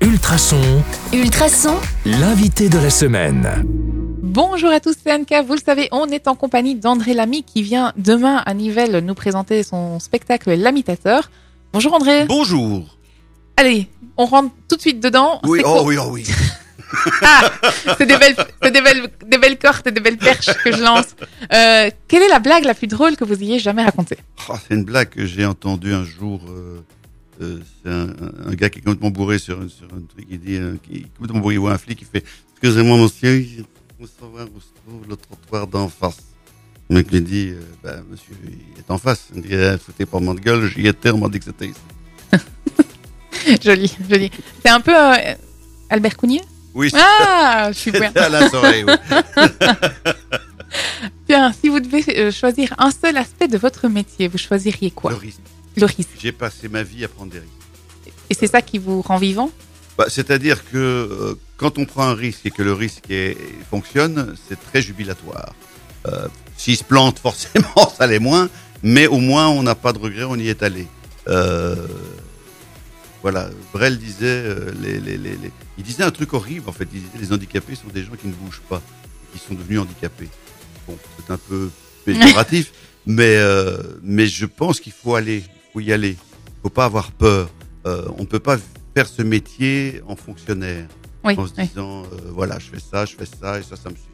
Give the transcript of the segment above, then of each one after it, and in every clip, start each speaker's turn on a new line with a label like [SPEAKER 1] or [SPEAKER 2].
[SPEAKER 1] Ultrason,
[SPEAKER 2] Ultrason,
[SPEAKER 1] l'invité de la semaine.
[SPEAKER 3] Bonjour à tous, c'est Anka. Vous le savez, on est en compagnie d'André Lamy qui vient demain à Nivelles nous présenter son spectacle L'Amitateur. Bonjour André.
[SPEAKER 4] Bonjour.
[SPEAKER 3] Allez, on rentre tout de suite dedans.
[SPEAKER 4] Oui,
[SPEAKER 3] C'est
[SPEAKER 4] oh
[SPEAKER 3] court.
[SPEAKER 4] oui, oh oui.
[SPEAKER 3] Ah, c'est des belles, c'est des belles, des belles cordes et des belles perches que je lance. Euh, quelle est la blague la plus drôle que vous ayez jamais racontée
[SPEAKER 4] Oh, c'est une blague que j'ai entendue un jour. euh, euh, c'est un, un- un gars qui est complètement bourré sur, un- sur un truc. Il dit, euh, qui, est complètement bourré, il voit un flic, il fait Excusez-moi, monsieur, je veux savoir où se trouve le trottoir d'en face. Le mec lui dit euh, Bah, monsieur, il est en face. Il dit Ah, Foutez pas mon de gueule, j'y étais, on m'a dit que c'était ici.
[SPEAKER 3] Jolie, jolie. C'est un peu euh, Albert Cougnier.
[SPEAKER 4] Oui,
[SPEAKER 3] Ah, je suis bien.
[SPEAKER 4] c'était à la soirée. oui.
[SPEAKER 3] Bien, si vous devez euh, choisir un seul aspect de votre métier, vous choisiriez quoi
[SPEAKER 4] Le risque.
[SPEAKER 3] Le risque.
[SPEAKER 4] J'ai passé ma vie à prendre des risques.
[SPEAKER 3] Et c'est ça qui vous rend vivant
[SPEAKER 4] Bah, C'est-à-dire que euh, quand on prend un risque et que le risque est- fonctionne, c'est très jubilatoire. Euh, S'il se plante, forcément, ça l'est moins, mais au moins, on n'a pas de regret, on y est allé. Euh, voilà, Brel disait, euh, les, les- les- les- il disait un truc horrible, en fait, il disait les handicapés sont des gens qui ne bougent pas, qui sont devenus handicapés. Bon, c'est un peu péjoratif, mais, euh, mais je pense qu'il faut aller, il faut y aller, il faut pas avoir peur. Euh, on ne peut pas faire ce métier en fonctionnaire,
[SPEAKER 3] Oui.
[SPEAKER 4] en se
[SPEAKER 3] oui.
[SPEAKER 4] disant, euh, voilà, je fais ça, je fais ça, et ça, ça me suffit.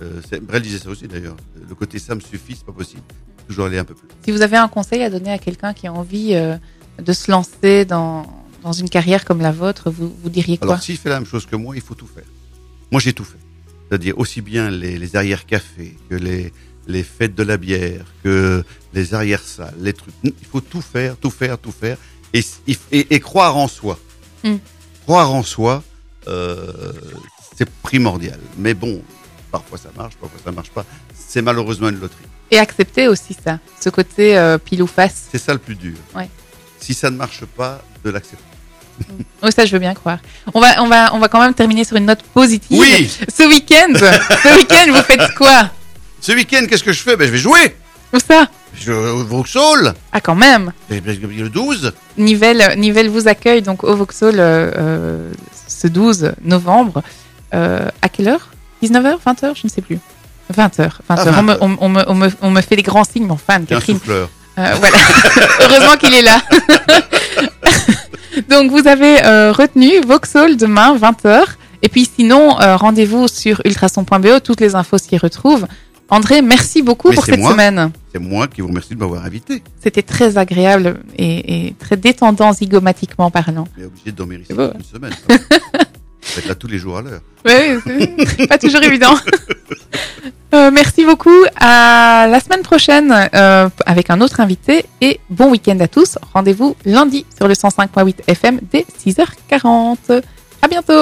[SPEAKER 4] Euh, c'est- Brel disait ça aussi d'ailleurs, le côté ça me suffit, c'est pas possible, toujours aller un peu plus. loin.
[SPEAKER 3] Si vous avez un conseil à donner à quelqu'un qui a envie euh, de se lancer dans, dans une carrière comme la vôtre, vous, vous diriez quoi
[SPEAKER 4] Alors, s'il fait la même chose que moi, il faut tout faire. Moi, j'ai tout fait. C'est-à-dire aussi bien les, les arrière-cafés que les, les fêtes de la bière, que les arrière-salles, les trucs. Il faut tout faire, tout faire, tout faire. Et, s- il f- et, et croire en soi.
[SPEAKER 3] Mm.
[SPEAKER 4] Croire en soi, euh, c'est primordial. Mais bon, parfois ça marche, parfois ça marche pas. C'est malheureusement une loterie.
[SPEAKER 3] Et accepter aussi ça, ce côté euh, pile ou face.
[SPEAKER 4] C'est ça le plus dur.
[SPEAKER 3] Ouais.
[SPEAKER 4] Si ça ne marche pas, de l'accepter.
[SPEAKER 3] Oui, Oh, ça, je veux bien croire. On va, on va, on va quand même terminer sur une note positive.
[SPEAKER 4] Oui
[SPEAKER 3] Ce week-end, ce week-end, vous faites quoi
[SPEAKER 4] Ce week-end, qu'est-ce que je fais ben, Je vais jouer
[SPEAKER 3] Où ça
[SPEAKER 4] Je vais au Vauxhall
[SPEAKER 3] Ah, quand même.
[SPEAKER 4] Et ben, Le 12
[SPEAKER 3] Nivelle, Nivelle vous accueille donc au Vauxhall euh, euh, ce 12 novembre. Euh, à quelle heure 19h 20h Je ne sais plus. 20h. 20h.
[SPEAKER 4] Ah,
[SPEAKER 3] on, me,
[SPEAKER 4] 20.
[SPEAKER 3] on, on me, on, me, on me fait des grands signes, mon fan,
[SPEAKER 4] T'es un
[SPEAKER 3] Catherine.
[SPEAKER 4] souffleur.
[SPEAKER 3] Euh, voilà. Heureusement qu'il est là. Donc vous avez euh, retenu Vauxhall demain 20h. Et puis sinon, euh, rendez-vous sur ultrason.be, toutes les infos s'y retrouvent. André, merci beaucoup
[SPEAKER 4] Mais
[SPEAKER 3] pour
[SPEAKER 4] c'est
[SPEAKER 3] cette
[SPEAKER 4] moi.
[SPEAKER 3] semaine.
[SPEAKER 4] C'est moi qui vous remercie de m'avoir invité.
[SPEAKER 3] C'était très agréable et, et très détendant zygomatiquement parlant.
[SPEAKER 4] Mais obligé de dormir ici
[SPEAKER 3] C'est beau,
[SPEAKER 4] une semaine. Je vais être là tous les jours à l'heure.
[SPEAKER 3] Oui, c'est pas toujours évident. Euh, merci beaucoup. À la semaine prochaine euh, avec un autre invité et bon week-end à tous. Rendez-vous lundi sur le 105.8 FM dès 6h40. À bientôt.